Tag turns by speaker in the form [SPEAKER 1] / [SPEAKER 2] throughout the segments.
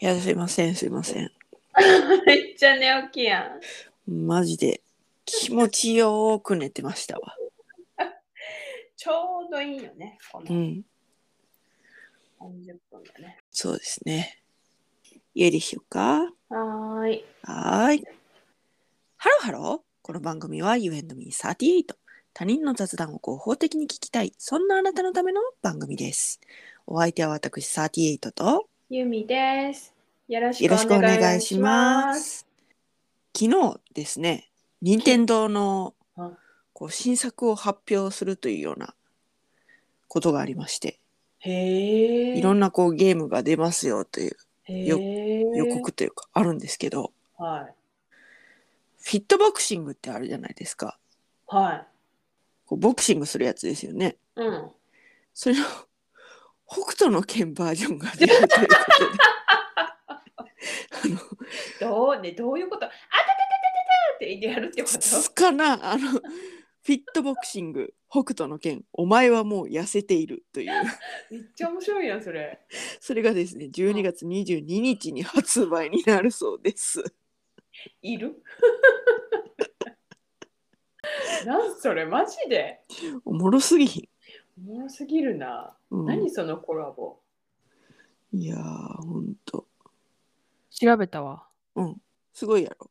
[SPEAKER 1] いや、すいません、すいません。
[SPEAKER 2] めっちゃ寝起きやん。
[SPEAKER 1] マジで気持ちよく寝てましたわ。
[SPEAKER 2] ちょうどいいよね。この
[SPEAKER 1] う
[SPEAKER 2] 30
[SPEAKER 1] ん、
[SPEAKER 2] 分だね。
[SPEAKER 1] そうですね。家でしようか。
[SPEAKER 2] はーい。
[SPEAKER 1] はーい。ハローハロー。この番組は You and me38。他人の雑談を合法的に聞きたい。そんなあなたのための番組です。お相手は私38と
[SPEAKER 2] ゆみです。よろし
[SPEAKER 1] よ
[SPEAKER 2] く
[SPEAKER 1] ろしくお
[SPEAKER 2] お願
[SPEAKER 1] 願い
[SPEAKER 2] い
[SPEAKER 1] し
[SPEAKER 2] しま。
[SPEAKER 1] ますす。昨日ですね、任天堂の
[SPEAKER 2] うん
[SPEAKER 1] こう新作を発表するというようなことがありまして、
[SPEAKER 2] へえ。
[SPEAKER 1] いろんなこうゲームが出ますよというよ
[SPEAKER 2] 予
[SPEAKER 1] 予告というかあるんですけど、
[SPEAKER 2] はい。
[SPEAKER 1] フィットボクシングってあるじゃないですか。
[SPEAKER 2] はい。
[SPEAKER 1] こうボクシングするやつですよね。
[SPEAKER 2] うん。
[SPEAKER 1] それの北斗の拳バージョンが出るという ことで
[SPEAKER 2] どうね、どういうことあたたたたたたってやるって
[SPEAKER 1] あ
[SPEAKER 2] こ
[SPEAKER 1] の
[SPEAKER 2] と
[SPEAKER 1] つつかなあのフィットボクシング北斗の拳お前はもう痩せているという
[SPEAKER 2] めっちゃ面白いやん、それ。
[SPEAKER 1] それがですね12月22日に発売になるそうです
[SPEAKER 2] いる なんそれ、マジで。
[SPEAKER 1] おもろすぎひん、
[SPEAKER 2] おもろすぎるな。
[SPEAKER 1] うん
[SPEAKER 2] 何そのコラボ。
[SPEAKER 1] いやーほんと
[SPEAKER 3] 調べたわ。
[SPEAKER 1] すごいやろ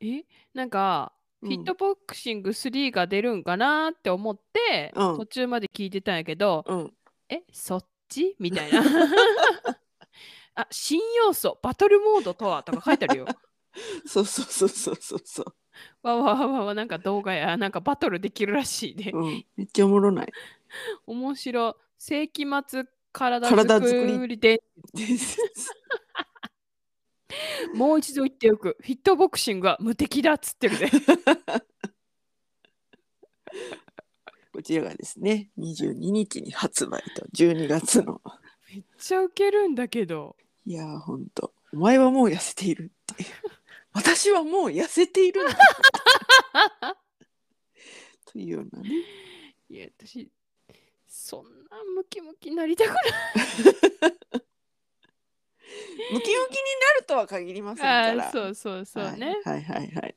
[SPEAKER 3] えなんか、
[SPEAKER 1] うん
[SPEAKER 3] フィットボクシング3が出るんかなって思って、
[SPEAKER 1] うん
[SPEAKER 3] 途中まで聞いてたんやけど、
[SPEAKER 1] うん
[SPEAKER 3] えそっちみたいな。 あ新要素バトルモードとはとか書いてある よ。
[SPEAKER 1] そうそうそうそうそうそ
[SPEAKER 3] わわわわわなんか動画やなんかバトルできるらしいで、
[SPEAKER 1] う、うん、めっちゃおもろない
[SPEAKER 3] 面白世紀末体
[SPEAKER 1] 体
[SPEAKER 3] 作
[SPEAKER 1] 作り
[SPEAKER 3] りで
[SPEAKER 1] です
[SPEAKER 3] もう一度言っておくフィットボクシングは無敵だっつってるで
[SPEAKER 1] こちらがですね22日に発売と12月の
[SPEAKER 3] めっちゃウケるんだけど
[SPEAKER 1] いやーほんとお前はもう痩せているって いう私はもう痩せているんだ というようなね
[SPEAKER 3] いや私そんなムキムキになりたくない
[SPEAKER 1] ムキムキになるとは限りませんか
[SPEAKER 3] あ
[SPEAKER 1] ら
[SPEAKER 3] ーそうそうそうね、
[SPEAKER 1] はい、はいはいはい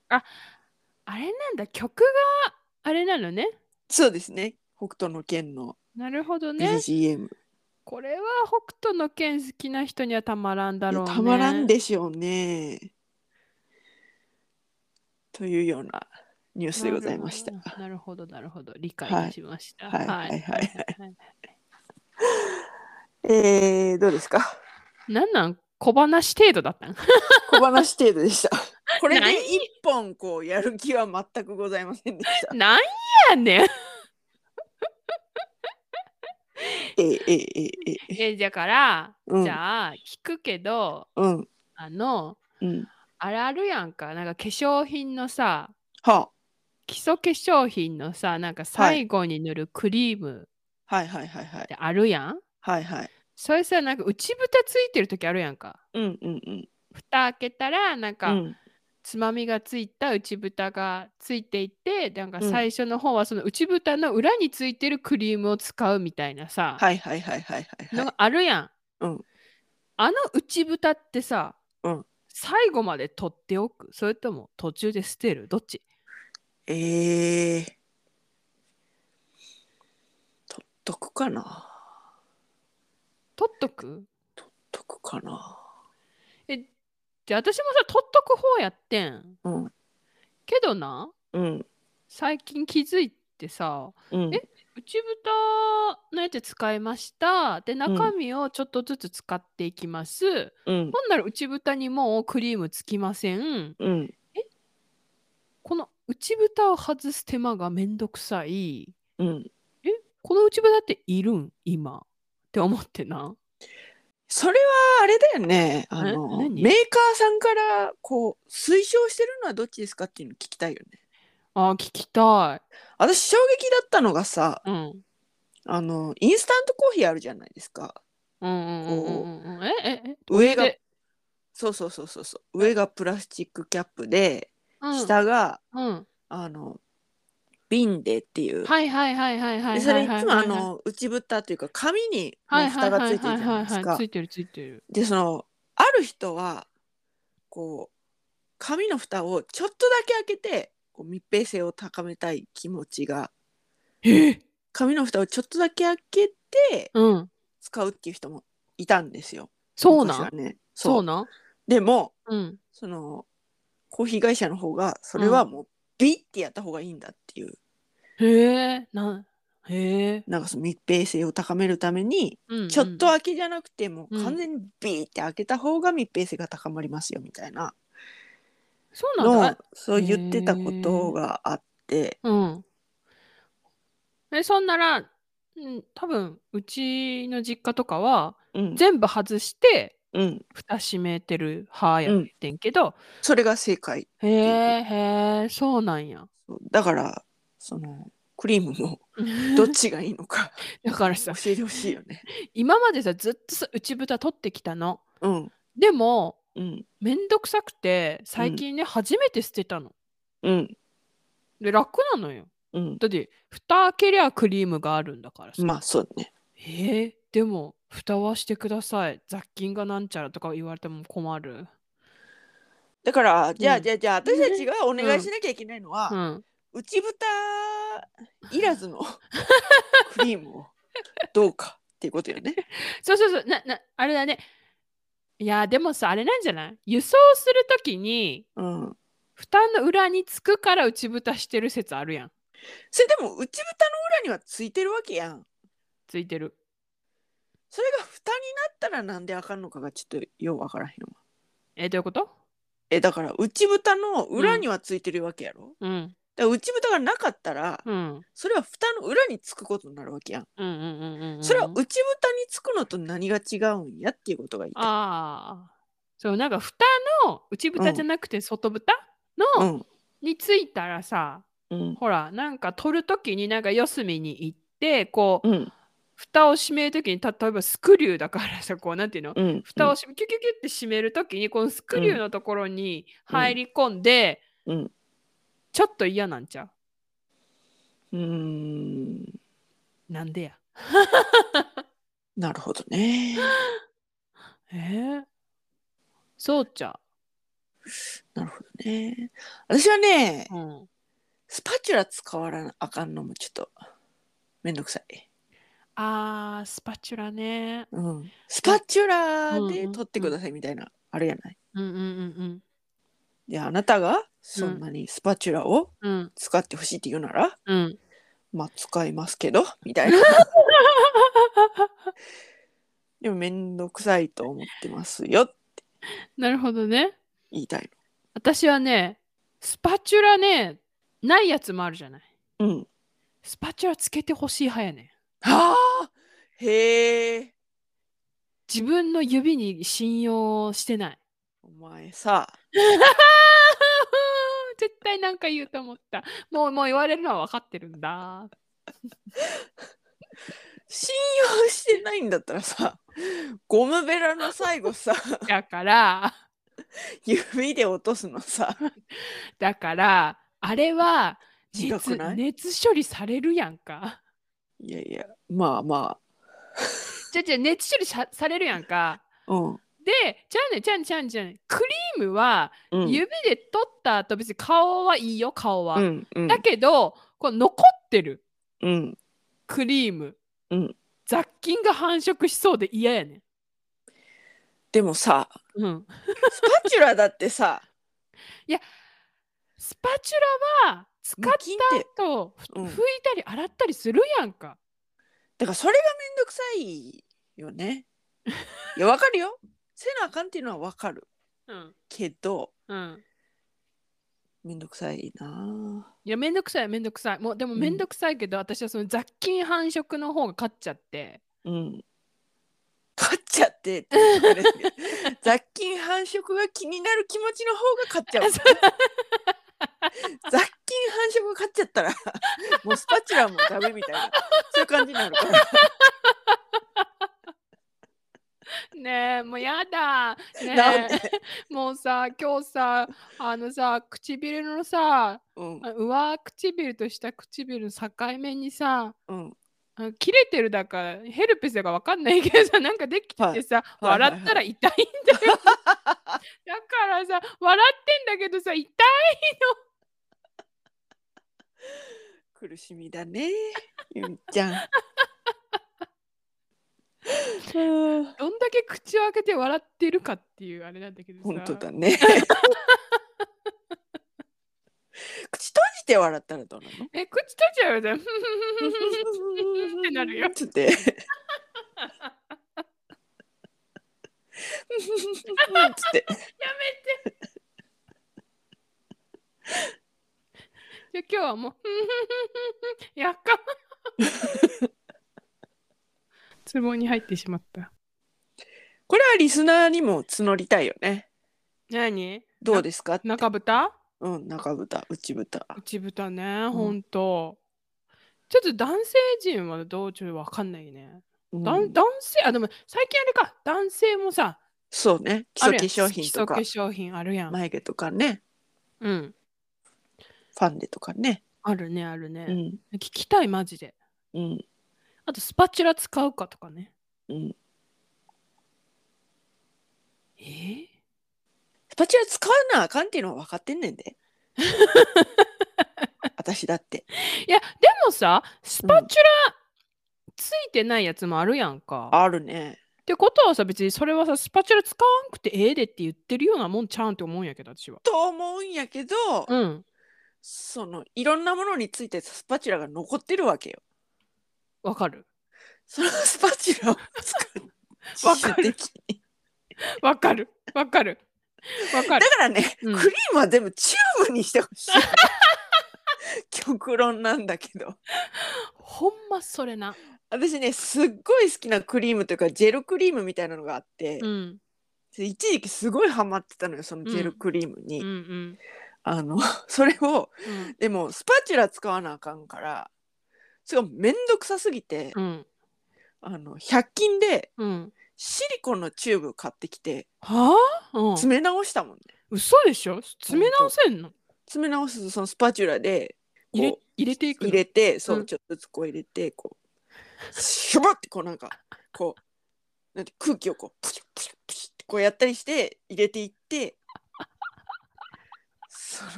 [SPEAKER 3] あれなんだ曲があれなのね
[SPEAKER 1] そうですね北斗の拳の
[SPEAKER 3] なるほどね
[SPEAKER 1] BGM、
[SPEAKER 3] これは北斗の拳好きな人にはたまらんだ
[SPEAKER 1] いや
[SPEAKER 3] ろうね
[SPEAKER 1] たまらんでしょうねというようなニュースでございました
[SPEAKER 3] なるほどなるほどなるほど理解
[SPEAKER 1] はい
[SPEAKER 3] しました
[SPEAKER 1] はいはいはい
[SPEAKER 3] はい
[SPEAKER 1] えー、どうですか
[SPEAKER 3] なんなん小話程度だったん
[SPEAKER 1] 小話程度で した。これ
[SPEAKER 3] な
[SPEAKER 1] で
[SPEAKER 3] い
[SPEAKER 1] 一本こうやる気は全くございませんでした。
[SPEAKER 3] なんやねん
[SPEAKER 1] ええええええ
[SPEAKER 3] えだから、
[SPEAKER 1] うん
[SPEAKER 3] じゃあ聞くけど
[SPEAKER 1] うん
[SPEAKER 3] あの
[SPEAKER 1] うん。
[SPEAKER 3] あれあるやんかなんか化粧品のさ
[SPEAKER 1] は
[SPEAKER 3] 基礎化粧品のさなんか最後に塗るクリーム
[SPEAKER 1] あはいはいはいは
[SPEAKER 3] っ
[SPEAKER 1] い
[SPEAKER 3] てあるやん、
[SPEAKER 1] はいはい。
[SPEAKER 3] それさなんか内蓋ついてる時あるやんか
[SPEAKER 1] うんうんうん。
[SPEAKER 3] 蓋開けたらなん
[SPEAKER 1] う
[SPEAKER 3] か
[SPEAKER 1] ん
[SPEAKER 3] つまみがついた内蓋がついていて、なんか
[SPEAKER 1] うん
[SPEAKER 3] 最初の方はその内蓋の裏についてるクリームを使うみたいなさ、
[SPEAKER 1] はいはいはいはいはいは
[SPEAKER 3] の
[SPEAKER 1] い
[SPEAKER 3] が。あるやん、
[SPEAKER 1] うん
[SPEAKER 3] あの内蓋ってさ、
[SPEAKER 1] うん
[SPEAKER 3] 最後まで取っておくそれとも途中で捨てるどっち
[SPEAKER 1] ええ取っとくかな。
[SPEAKER 3] 取っとく
[SPEAKER 1] 取っとくかな。
[SPEAKER 3] えじゃあ私もさ取っとく方やってん
[SPEAKER 1] うん
[SPEAKER 3] けどな
[SPEAKER 1] うん
[SPEAKER 3] 最近気づいてさ
[SPEAKER 1] うん。
[SPEAKER 3] え内蓋のやつ使いましたで中身をちょっとずつ使っていきます、
[SPEAKER 1] うん
[SPEAKER 3] ほんなら内蓋にもうクリームつきません
[SPEAKER 1] うん。
[SPEAKER 3] この内蓋を外す手間がめんどくさい
[SPEAKER 1] うん。
[SPEAKER 3] この内蓋っているん今って思ってな
[SPEAKER 1] それはあれだよね。あの
[SPEAKER 3] え何
[SPEAKER 1] メーカーさんからこう推奨してるのはどっちですかっていうの聞きたいよね。
[SPEAKER 3] あー聞きた
[SPEAKER 1] 私衝撃だったのがさ
[SPEAKER 3] い、うん、
[SPEAKER 1] あのインスタントコーヒーあるじゃないですか
[SPEAKER 3] うんうんうんうんうんえええ
[SPEAKER 1] 上が
[SPEAKER 3] で
[SPEAKER 1] そうそうそうそうそう上がプラスチックキャップで、
[SPEAKER 3] うん
[SPEAKER 1] 下が
[SPEAKER 3] うん
[SPEAKER 1] あの瓶でっていう、
[SPEAKER 3] はいはいはいはいはいはいはい
[SPEAKER 1] でそれいつもあ
[SPEAKER 3] はいはい
[SPEAKER 1] の内蓋というか紙に
[SPEAKER 3] はい
[SPEAKER 1] の蓋がついてるじゃないです
[SPEAKER 3] はははは
[SPEAKER 1] か
[SPEAKER 3] ついてるついてる
[SPEAKER 1] でそのあるる人はこう紙の蓋をちょっとだけ開けてこう密閉性を高めたい気持ちが
[SPEAKER 3] え
[SPEAKER 1] 紙の蓋をちょっとだけ開けて
[SPEAKER 3] うん。
[SPEAKER 1] 使うっていう人もいたんですよ。
[SPEAKER 3] そうな
[SPEAKER 1] 昔は
[SPEAKER 3] ん
[SPEAKER 1] ね、そう
[SPEAKER 3] そうなん
[SPEAKER 1] でも
[SPEAKER 3] うん。
[SPEAKER 1] そのコーヒー会社の方がそれはもうビッてやった方がいいんだっていう、
[SPEAKER 3] へえ。なんへえ。
[SPEAKER 1] なんかその密閉性を高めるために、
[SPEAKER 3] うんうん
[SPEAKER 1] ちょっと開けじゃなくてもう
[SPEAKER 3] うん
[SPEAKER 1] 完全にビーって開けた方が密閉性が高まりますよみたいな
[SPEAKER 3] そうなん
[SPEAKER 1] の
[SPEAKER 3] だ
[SPEAKER 1] を。そう言ってたことがあって、
[SPEAKER 3] うん。え、そんなら、うん、多分うちの実家とかは
[SPEAKER 1] うん
[SPEAKER 3] 全部外して
[SPEAKER 1] うん、
[SPEAKER 3] 蓋閉めてる派やってんけど、
[SPEAKER 1] それが正解
[SPEAKER 3] へえへえそうなんや。
[SPEAKER 1] そうだからそのクリームもどっちがいいのか
[SPEAKER 3] だから
[SPEAKER 1] 教
[SPEAKER 3] さ
[SPEAKER 1] えてほしいよね。
[SPEAKER 3] 今までさずっとさ内蓋取ってきたの。
[SPEAKER 1] うん
[SPEAKER 3] でも
[SPEAKER 1] うん
[SPEAKER 3] めんどくさくて最近ね、初めて捨てたの。
[SPEAKER 1] うん
[SPEAKER 3] で楽なのよ。
[SPEAKER 1] うん
[SPEAKER 3] だって蓋開けりゃクリームがあるんだからさ。
[SPEAKER 1] まあそうね。
[SPEAKER 3] えーでも蓋はしてください雑菌がなんちゃらとか言われても困る。
[SPEAKER 1] だからじゃあ、
[SPEAKER 3] うん
[SPEAKER 1] じゃあじゃあ私たちがお願いしなきゃいけないのは、
[SPEAKER 3] うん
[SPEAKER 1] 内蓋いら ずのクリームをどうかっていうことよね。
[SPEAKER 3] そうそうそうななあれだねいやでもさあれなんじゃない輸送するときに
[SPEAKER 1] うん。
[SPEAKER 3] 蓋の裏につくから内蓋してる説あるやん
[SPEAKER 1] それでも内蓋の裏にはついてるわけやん。
[SPEAKER 3] ついてる
[SPEAKER 1] それが蓋になったらなんであかんのかがちょっとようわからへんわ。
[SPEAKER 3] えどういうこと
[SPEAKER 1] えだから内蓋の裏にはついてるわけやろ。
[SPEAKER 3] うん
[SPEAKER 1] だから内蓋がなかったら、
[SPEAKER 3] うん
[SPEAKER 1] それは蓋の裏につくことになるわけやん。
[SPEAKER 3] うんうんうんうんうん
[SPEAKER 1] それは内蓋につくのと何が違うんやっていうことが言いたい。
[SPEAKER 3] ああそうなんか蓋の内蓋じゃなくて外蓋
[SPEAKER 1] う
[SPEAKER 3] の、
[SPEAKER 1] ん
[SPEAKER 3] についたらさ
[SPEAKER 1] うん
[SPEAKER 3] ほらなんか取るときになんか四隅に行ってこう、
[SPEAKER 1] うん
[SPEAKER 3] 蓋を閉めるときに例えばスクリューだからさこうなんていうの
[SPEAKER 1] うん。
[SPEAKER 3] 蓋をし、キュキュキュって閉めるときにこのスクリューのところに入り込んで、
[SPEAKER 1] うんうん
[SPEAKER 3] ちょっと嫌なんちゃ
[SPEAKER 1] うーん。
[SPEAKER 3] うなんでや
[SPEAKER 1] なるほどね。
[SPEAKER 3] えー、そうちゃ
[SPEAKER 1] なるほどね。私はね
[SPEAKER 3] う、、うん、
[SPEAKER 1] スパチュラ使わなあかんのもちょっとめんどくさい。
[SPEAKER 3] あースパチュラね
[SPEAKER 1] うん、スパチュラで
[SPEAKER 3] うん
[SPEAKER 1] 取ってくださいみたいな、あれやない。
[SPEAKER 3] うんうんうん
[SPEAKER 1] で、あなたがそんなにスパチュラを
[SPEAKER 3] うんうん
[SPEAKER 1] 使ってほしいって言うなら、
[SPEAKER 3] うん
[SPEAKER 1] まあ使いますけど、みたい な。でもめんどくさいと思ってますよって
[SPEAKER 3] なるほどね
[SPEAKER 1] 言いたい
[SPEAKER 3] 私はねスパチュラねないやつもあるじゃない
[SPEAKER 1] の。うん。
[SPEAKER 3] スパチュラつけてほしい派やねん
[SPEAKER 1] はあへえ。
[SPEAKER 3] 自分の指に信用してない
[SPEAKER 1] お前さ、
[SPEAKER 3] 絶対なんか言うと思った。もうもう言われるのは分かってるんだ。
[SPEAKER 1] 信用してないんだったらさ、ゴムベラの最後 さ、
[SPEAKER 3] だから、
[SPEAKER 1] 指で落とすのさ、
[SPEAKER 3] だから、あれは
[SPEAKER 1] 違く
[SPEAKER 3] 熱
[SPEAKER 1] ない
[SPEAKER 3] 熱処理されるやんか。
[SPEAKER 1] いやいや、まあま
[SPEAKER 3] じゃあじゃあ熱処理さされるやんか。
[SPEAKER 1] あ、うん。
[SPEAKER 3] で、じゃあね、じゃあね、じゃあね、じゃあね、クリームは
[SPEAKER 1] うん
[SPEAKER 3] 指で取った後、別に顔はいいよ、顔は。
[SPEAKER 1] うんうん
[SPEAKER 3] だけど、こう残ってる
[SPEAKER 1] うん
[SPEAKER 3] クリーム、
[SPEAKER 1] うん
[SPEAKER 3] 雑菌が繁殖しそうで嫌やねん。
[SPEAKER 1] でもさ
[SPEAKER 3] うん、
[SPEAKER 1] スパチュラだってさ
[SPEAKER 3] スパチュラは使っ
[SPEAKER 1] 無菌って
[SPEAKER 3] た後、
[SPEAKER 1] うん
[SPEAKER 3] 拭いたり洗ったりするやんか。
[SPEAKER 1] だからそれがめんどくさいよね。いやわかるよ。せなあかんっていうのはわかる
[SPEAKER 3] うん
[SPEAKER 1] けど
[SPEAKER 3] うん、
[SPEAKER 1] めんどくさいない
[SPEAKER 3] やめんどくさいめんどくさいもうでも
[SPEAKER 1] うん
[SPEAKER 3] めんどくさいけど、私はその雑菌繁殖の方が勝っちゃって
[SPEAKER 1] あ。うん。勝っちゃってって言われて 雑菌繁殖が気になる気持ちの方が勝っちゃう。 雑菌繁殖が勝っちゃったら もうスパチュラもダメみたいなそういう感じになるから。
[SPEAKER 3] ねえもうや
[SPEAKER 1] なん
[SPEAKER 3] だね
[SPEAKER 1] で
[SPEAKER 3] えもうさ今日さあのさ唇のさ
[SPEAKER 1] うん
[SPEAKER 3] あ上唇と下唇の境目にさ
[SPEAKER 1] うん
[SPEAKER 3] あ切れてるだかヘルペスだかわかんないけどさなんかできて
[SPEAKER 1] はいはい
[SPEAKER 3] てさ、
[SPEAKER 1] はい
[SPEAKER 3] 笑ったら痛いんだよからさ笑ってんだけどさ痛い
[SPEAKER 1] 苦しみだねゆみち ゃんあ
[SPEAKER 3] どんだけ口を開けて笑ってるかっていうあれなんだけど
[SPEAKER 1] ー
[SPEAKER 3] さ
[SPEAKER 1] 本当だ ね口閉じて笑ったらどうなの
[SPEAKER 3] え口閉じちゃ うじゃんってなるよ
[SPEAKER 1] つって。つって。
[SPEAKER 3] じゃあ今日はもう やっ かツボに入ってしまった
[SPEAKER 1] これはリスナーにも募りたいよね。
[SPEAKER 3] 何
[SPEAKER 1] どうですかって
[SPEAKER 3] 中豚
[SPEAKER 1] うん、中豚、内豚。
[SPEAKER 3] 内豚ねほんとちょっと男性陣はどうちょっとわかんないね、
[SPEAKER 1] うん
[SPEAKER 3] だん、男性あでも最近あれか男性もさ
[SPEAKER 1] そうね。基
[SPEAKER 3] ある
[SPEAKER 1] 礎
[SPEAKER 3] や
[SPEAKER 1] 化
[SPEAKER 3] ん
[SPEAKER 1] 粧品とか
[SPEAKER 3] 基、礎化粧品あるやん、
[SPEAKER 1] 眉毛とかね、
[SPEAKER 3] うん
[SPEAKER 1] ファンデとかね。
[SPEAKER 3] あるねあるね、
[SPEAKER 1] うん、
[SPEAKER 3] 聞きたいマジで
[SPEAKER 1] うん、
[SPEAKER 3] あとスパチュラ使うかとかね
[SPEAKER 1] うん。
[SPEAKER 3] えー
[SPEAKER 1] スパチュラ使わなあかんっていうのは分かってんねん で。私だって。
[SPEAKER 3] いやでもさスパチュラついてないやつもあるやんか、っ
[SPEAKER 1] あるね。
[SPEAKER 3] てことはさ別にそれはさスパチュラ使わんくてええでって言ってるようなもんちゃうんって思うんやけど私は
[SPEAKER 1] と思うんやけど、
[SPEAKER 3] うん
[SPEAKER 1] そのいろんなものについてスパチュラが残ってるわけよ。
[SPEAKER 3] わかる
[SPEAKER 1] そのスパチュラを使う。
[SPEAKER 3] わかる
[SPEAKER 1] 自主的に
[SPEAKER 3] わかるわかるわかる
[SPEAKER 1] だからね、
[SPEAKER 3] うん
[SPEAKER 1] クリームは全部チューブにしてほ しい。極論なんだけど。
[SPEAKER 3] ほんまそれな
[SPEAKER 1] 私ね、すっごい好きなクリームというか、ジェルクリームみたいなのがあって、
[SPEAKER 3] うん
[SPEAKER 1] 一時期すごいハマってたのよ、そのジェルクリーム
[SPEAKER 3] う
[SPEAKER 1] に。
[SPEAKER 3] んうん
[SPEAKER 1] あの、 それを、
[SPEAKER 3] うん
[SPEAKER 1] でもスパチュラ使わなあかんから、それがめんどくさすぎて、
[SPEAKER 3] うん
[SPEAKER 1] あの、100均で
[SPEAKER 3] うん
[SPEAKER 1] シリコンのチューブ買ってきて、
[SPEAKER 3] はあ、うん、
[SPEAKER 1] 詰め直したもんね
[SPEAKER 3] 嘘でしょ詰め直せんの
[SPEAKER 1] 詰め直すとそのスパチュラでこう
[SPEAKER 3] 入れ入れていくの
[SPEAKER 1] 入れてそう、
[SPEAKER 3] うん
[SPEAKER 1] ちょっとずつこう入れてこうシュバってこうなんかこうなんて空気をこうプシュプシュプシュってこうやったりして入れていってその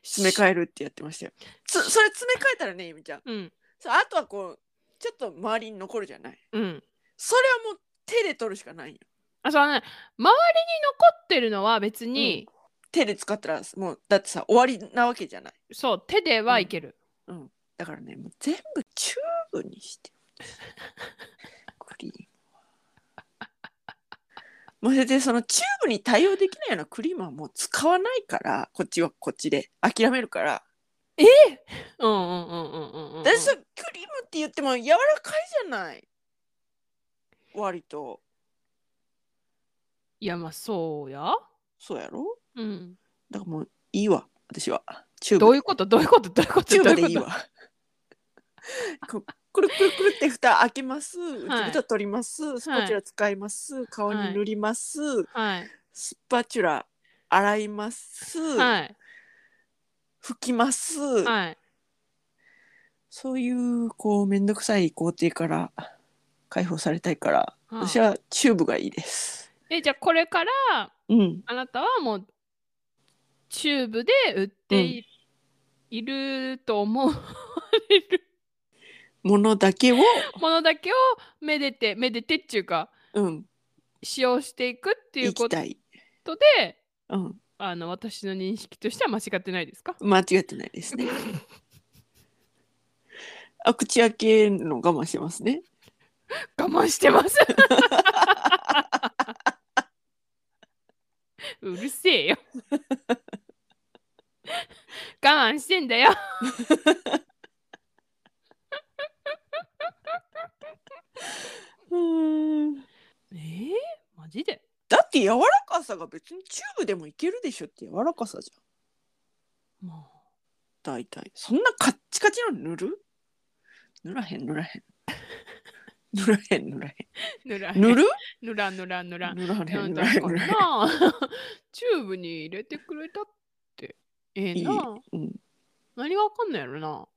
[SPEAKER 1] 詰め替えるってやってましたよつそれ詰め替えたらねゆみちゃん
[SPEAKER 3] うん
[SPEAKER 1] そうあとはこうちょっと周りに残るじゃない
[SPEAKER 3] うん
[SPEAKER 1] それはもう手で取るしかないよ
[SPEAKER 3] あそうね周りに残ってるのは別に、
[SPEAKER 1] 手で使ったらもうだってさ終わりなわけじゃない
[SPEAKER 3] そう手ではいける、
[SPEAKER 1] だからねもう全部チューブにしてクリームはもうそれでそのチューブに対応できないようなクリームはもう使わないからこっちはこっちで諦めるから
[SPEAKER 3] うん、うんうんうんうんうんうん
[SPEAKER 1] 私はクリームって言っても柔らかいじゃない割と
[SPEAKER 3] いやまあそうや
[SPEAKER 1] そうやろ
[SPEAKER 3] うん
[SPEAKER 1] だからもういいわ私はチューブ
[SPEAKER 3] どういうことどういうことどういうこと
[SPEAKER 1] チューブで
[SPEAKER 3] どう
[SPEAKER 1] いいう
[SPEAKER 3] こ
[SPEAKER 1] わ。こくるくるくるって蓋開けます、内蓋取ります、スパチュラ使います、顔に塗ります、
[SPEAKER 3] とはい
[SPEAKER 1] スパチュラ洗います、
[SPEAKER 3] はい
[SPEAKER 1] 拭きます、
[SPEAKER 3] はい
[SPEAKER 1] そういうこうめんどくさい工程から解放されたいから、
[SPEAKER 3] はい
[SPEAKER 1] 私はチューブがいいです。
[SPEAKER 3] えじゃあこれから
[SPEAKER 1] うん、
[SPEAKER 3] あなたはもうチューブで売ってい,、ると思われる
[SPEAKER 1] ものだけを、
[SPEAKER 3] ものだけをめでてめでてっていうか
[SPEAKER 1] うん、
[SPEAKER 3] 使用していくってい
[SPEAKER 1] 行
[SPEAKER 3] うこ
[SPEAKER 1] き
[SPEAKER 3] と
[SPEAKER 1] たい。
[SPEAKER 3] で
[SPEAKER 1] うん、
[SPEAKER 3] あの私の認識としては間違ってないですか
[SPEAKER 1] 間違ってないです ね。あ口開けるの我慢してますね。
[SPEAKER 3] 我慢してます。うるせえよ。我慢してんだよ。
[SPEAKER 1] うん
[SPEAKER 3] えー、マジで
[SPEAKER 1] だって柔らかさが別にチューブでもいけるでしょって柔らかさじゃん
[SPEAKER 3] も
[SPEAKER 1] 大体そんなカッチカチの塗る塗らへん塗らへん 塗らへん塗らへ
[SPEAKER 3] う塗ら
[SPEAKER 1] ん
[SPEAKER 3] へん
[SPEAKER 1] 塗る
[SPEAKER 3] 塗らん塗らん塗らん。
[SPEAKER 1] 塗らへん塗らへ
[SPEAKER 3] なんん
[SPEAKER 1] 塗
[SPEAKER 3] だ
[SPEAKER 1] らへん
[SPEAKER 3] こ
[SPEAKER 1] 塗
[SPEAKER 3] ん
[SPEAKER 1] らへん
[SPEAKER 3] なチューブに入れてくれたってええ
[SPEAKER 1] いい、
[SPEAKER 3] な。
[SPEAKER 1] うん、
[SPEAKER 3] 何がわかんないやろな。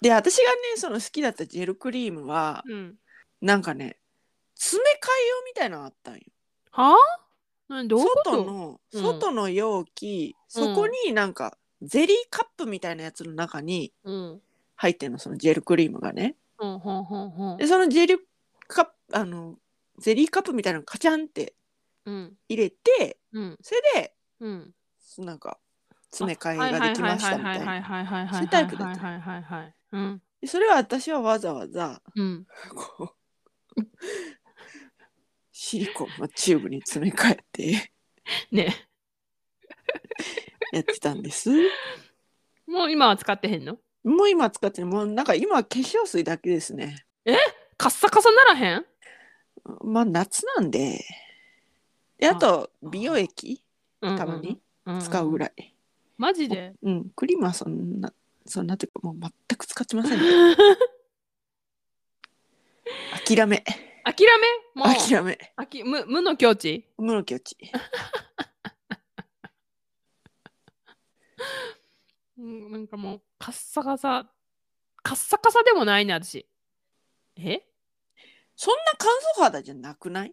[SPEAKER 1] で私がねその好きだったジェルクリームは
[SPEAKER 3] うん。
[SPEAKER 1] なんかね詰め替え用みたいなのあったんよ。
[SPEAKER 3] はあ何どういうこと
[SPEAKER 1] 外の
[SPEAKER 3] うん
[SPEAKER 1] 外の容器、そこになんかゼリーカップみたいなやつの中に
[SPEAKER 3] うん。
[SPEAKER 1] 入ってんのそのジェルクリームがね。
[SPEAKER 3] うん、ほんほんほん
[SPEAKER 1] でそのジェルカップあのゼリーカップみたいなのカチャンって
[SPEAKER 3] うん。
[SPEAKER 1] 入れて
[SPEAKER 3] うん。
[SPEAKER 1] それで
[SPEAKER 3] うん。
[SPEAKER 1] なんか詰め替えができましたみたい
[SPEAKER 3] は
[SPEAKER 1] ない
[SPEAKER 3] はいはいはい
[SPEAKER 1] そう
[SPEAKER 3] はいはいはいはいはい。
[SPEAKER 1] いうタイプだった
[SPEAKER 3] はいはいはいはいはい。うん。
[SPEAKER 1] でそれは私はわざわざ
[SPEAKER 3] うん。
[SPEAKER 1] こうシリコンのチューブに詰め替えて
[SPEAKER 3] ね
[SPEAKER 1] やってたんです
[SPEAKER 3] もう今は使ってへんの
[SPEAKER 1] もう今使ってもうなんか今は化粧水だけですね
[SPEAKER 3] カッサカサならへん
[SPEAKER 1] まあ夏なんでであと美容液
[SPEAKER 3] うん
[SPEAKER 1] たまに
[SPEAKER 3] うん
[SPEAKER 1] 使うぐらい、
[SPEAKER 3] マジで
[SPEAKER 1] うん、クリームはそんな、そんなというか、もう全く使ってません、 諦め、
[SPEAKER 3] 諦めもう
[SPEAKER 1] 諦め、
[SPEAKER 3] あき無無の境地
[SPEAKER 1] 無の境地。
[SPEAKER 3] うんなんかもうカッサカサカッサカサでもないね私え
[SPEAKER 1] そんな乾燥肌じゃなくない。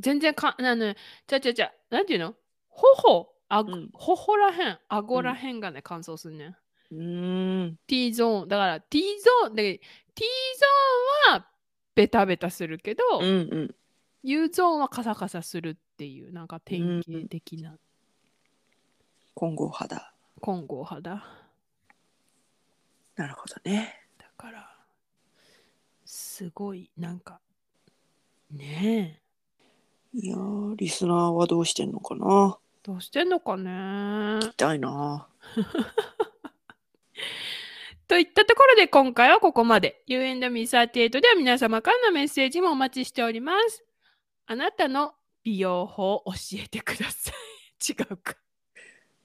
[SPEAKER 3] 全然かあのちゃうちゃうちゃうなんていうの頬あ、
[SPEAKER 1] ん
[SPEAKER 3] 頬らへん顎らへんがね乾燥すんねん
[SPEAKER 1] うーん、
[SPEAKER 3] T ゾーンだから T ゾーンで T ゾーンはベタベタするけど、
[SPEAKER 1] うん、うん、
[SPEAKER 3] U ゾーンはカサカサするっていうなんか典型的な
[SPEAKER 1] 混合肌。
[SPEAKER 3] 混合肌、
[SPEAKER 1] なるほどね。
[SPEAKER 3] だからすごいなんかねえ
[SPEAKER 1] いやー、リスナーはどうしてんのかな。
[SPEAKER 3] どうしてんのかね
[SPEAKER 1] 聞きたいな。
[SPEAKER 3] といったところで今回はここまで You and me38 では皆様からのメッセージもお待ちしておりますあなたの美容法を教えてください 違うか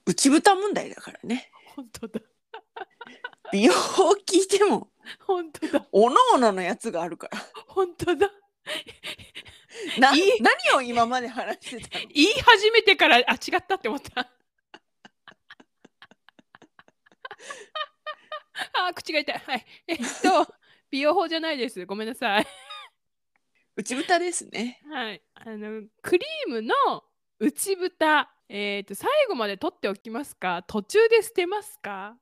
[SPEAKER 1] 内蓋問題だからね。
[SPEAKER 3] 本当だ
[SPEAKER 1] 美容を聞いても、
[SPEAKER 3] 本当だ
[SPEAKER 1] おのおののやつがあるから。
[SPEAKER 3] 本当だ
[SPEAKER 1] な、
[SPEAKER 3] いい
[SPEAKER 1] 何を今まで話してたの。
[SPEAKER 3] 言い始めてからあ違ったって思った あ口が痛いはいえっと美容法じゃないですごめんなさい
[SPEAKER 1] 内蓋ですね。
[SPEAKER 3] はいあのクリームの内蓋えっ、と最後まで取っておきますか途中で捨てますか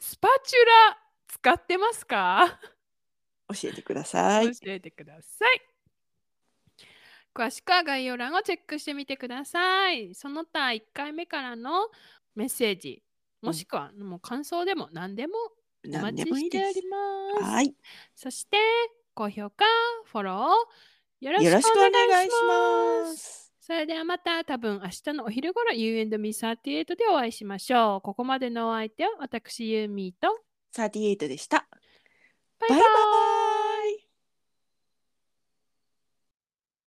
[SPEAKER 3] スパチュラ使ってますか
[SPEAKER 1] 教えてください。
[SPEAKER 3] 教えてください。詳しくは概要欄をチェックしてみてください。その他1回目からのメッセージ、もしくはもう感想でも何でもお
[SPEAKER 1] 何
[SPEAKER 3] 待
[SPEAKER 1] で
[SPEAKER 3] ち
[SPEAKER 1] もい
[SPEAKER 3] し
[SPEAKER 1] いで
[SPEAKER 3] てお
[SPEAKER 1] す
[SPEAKER 3] り。ます。
[SPEAKER 1] はい、
[SPEAKER 3] そして高評価、フォローよろ
[SPEAKER 1] よろ
[SPEAKER 3] し
[SPEAKER 1] し
[SPEAKER 3] く
[SPEAKER 1] く
[SPEAKER 3] お
[SPEAKER 1] お
[SPEAKER 3] 願
[SPEAKER 1] 願
[SPEAKER 3] い
[SPEAKER 1] い
[SPEAKER 3] し
[SPEAKER 1] し
[SPEAKER 3] ま。
[SPEAKER 1] ますす。
[SPEAKER 3] それではまた多分明日のお昼頃 You&Me38 でお会いしましょう。ここまでのお相手は私ユーミーと
[SPEAKER 1] 38でした。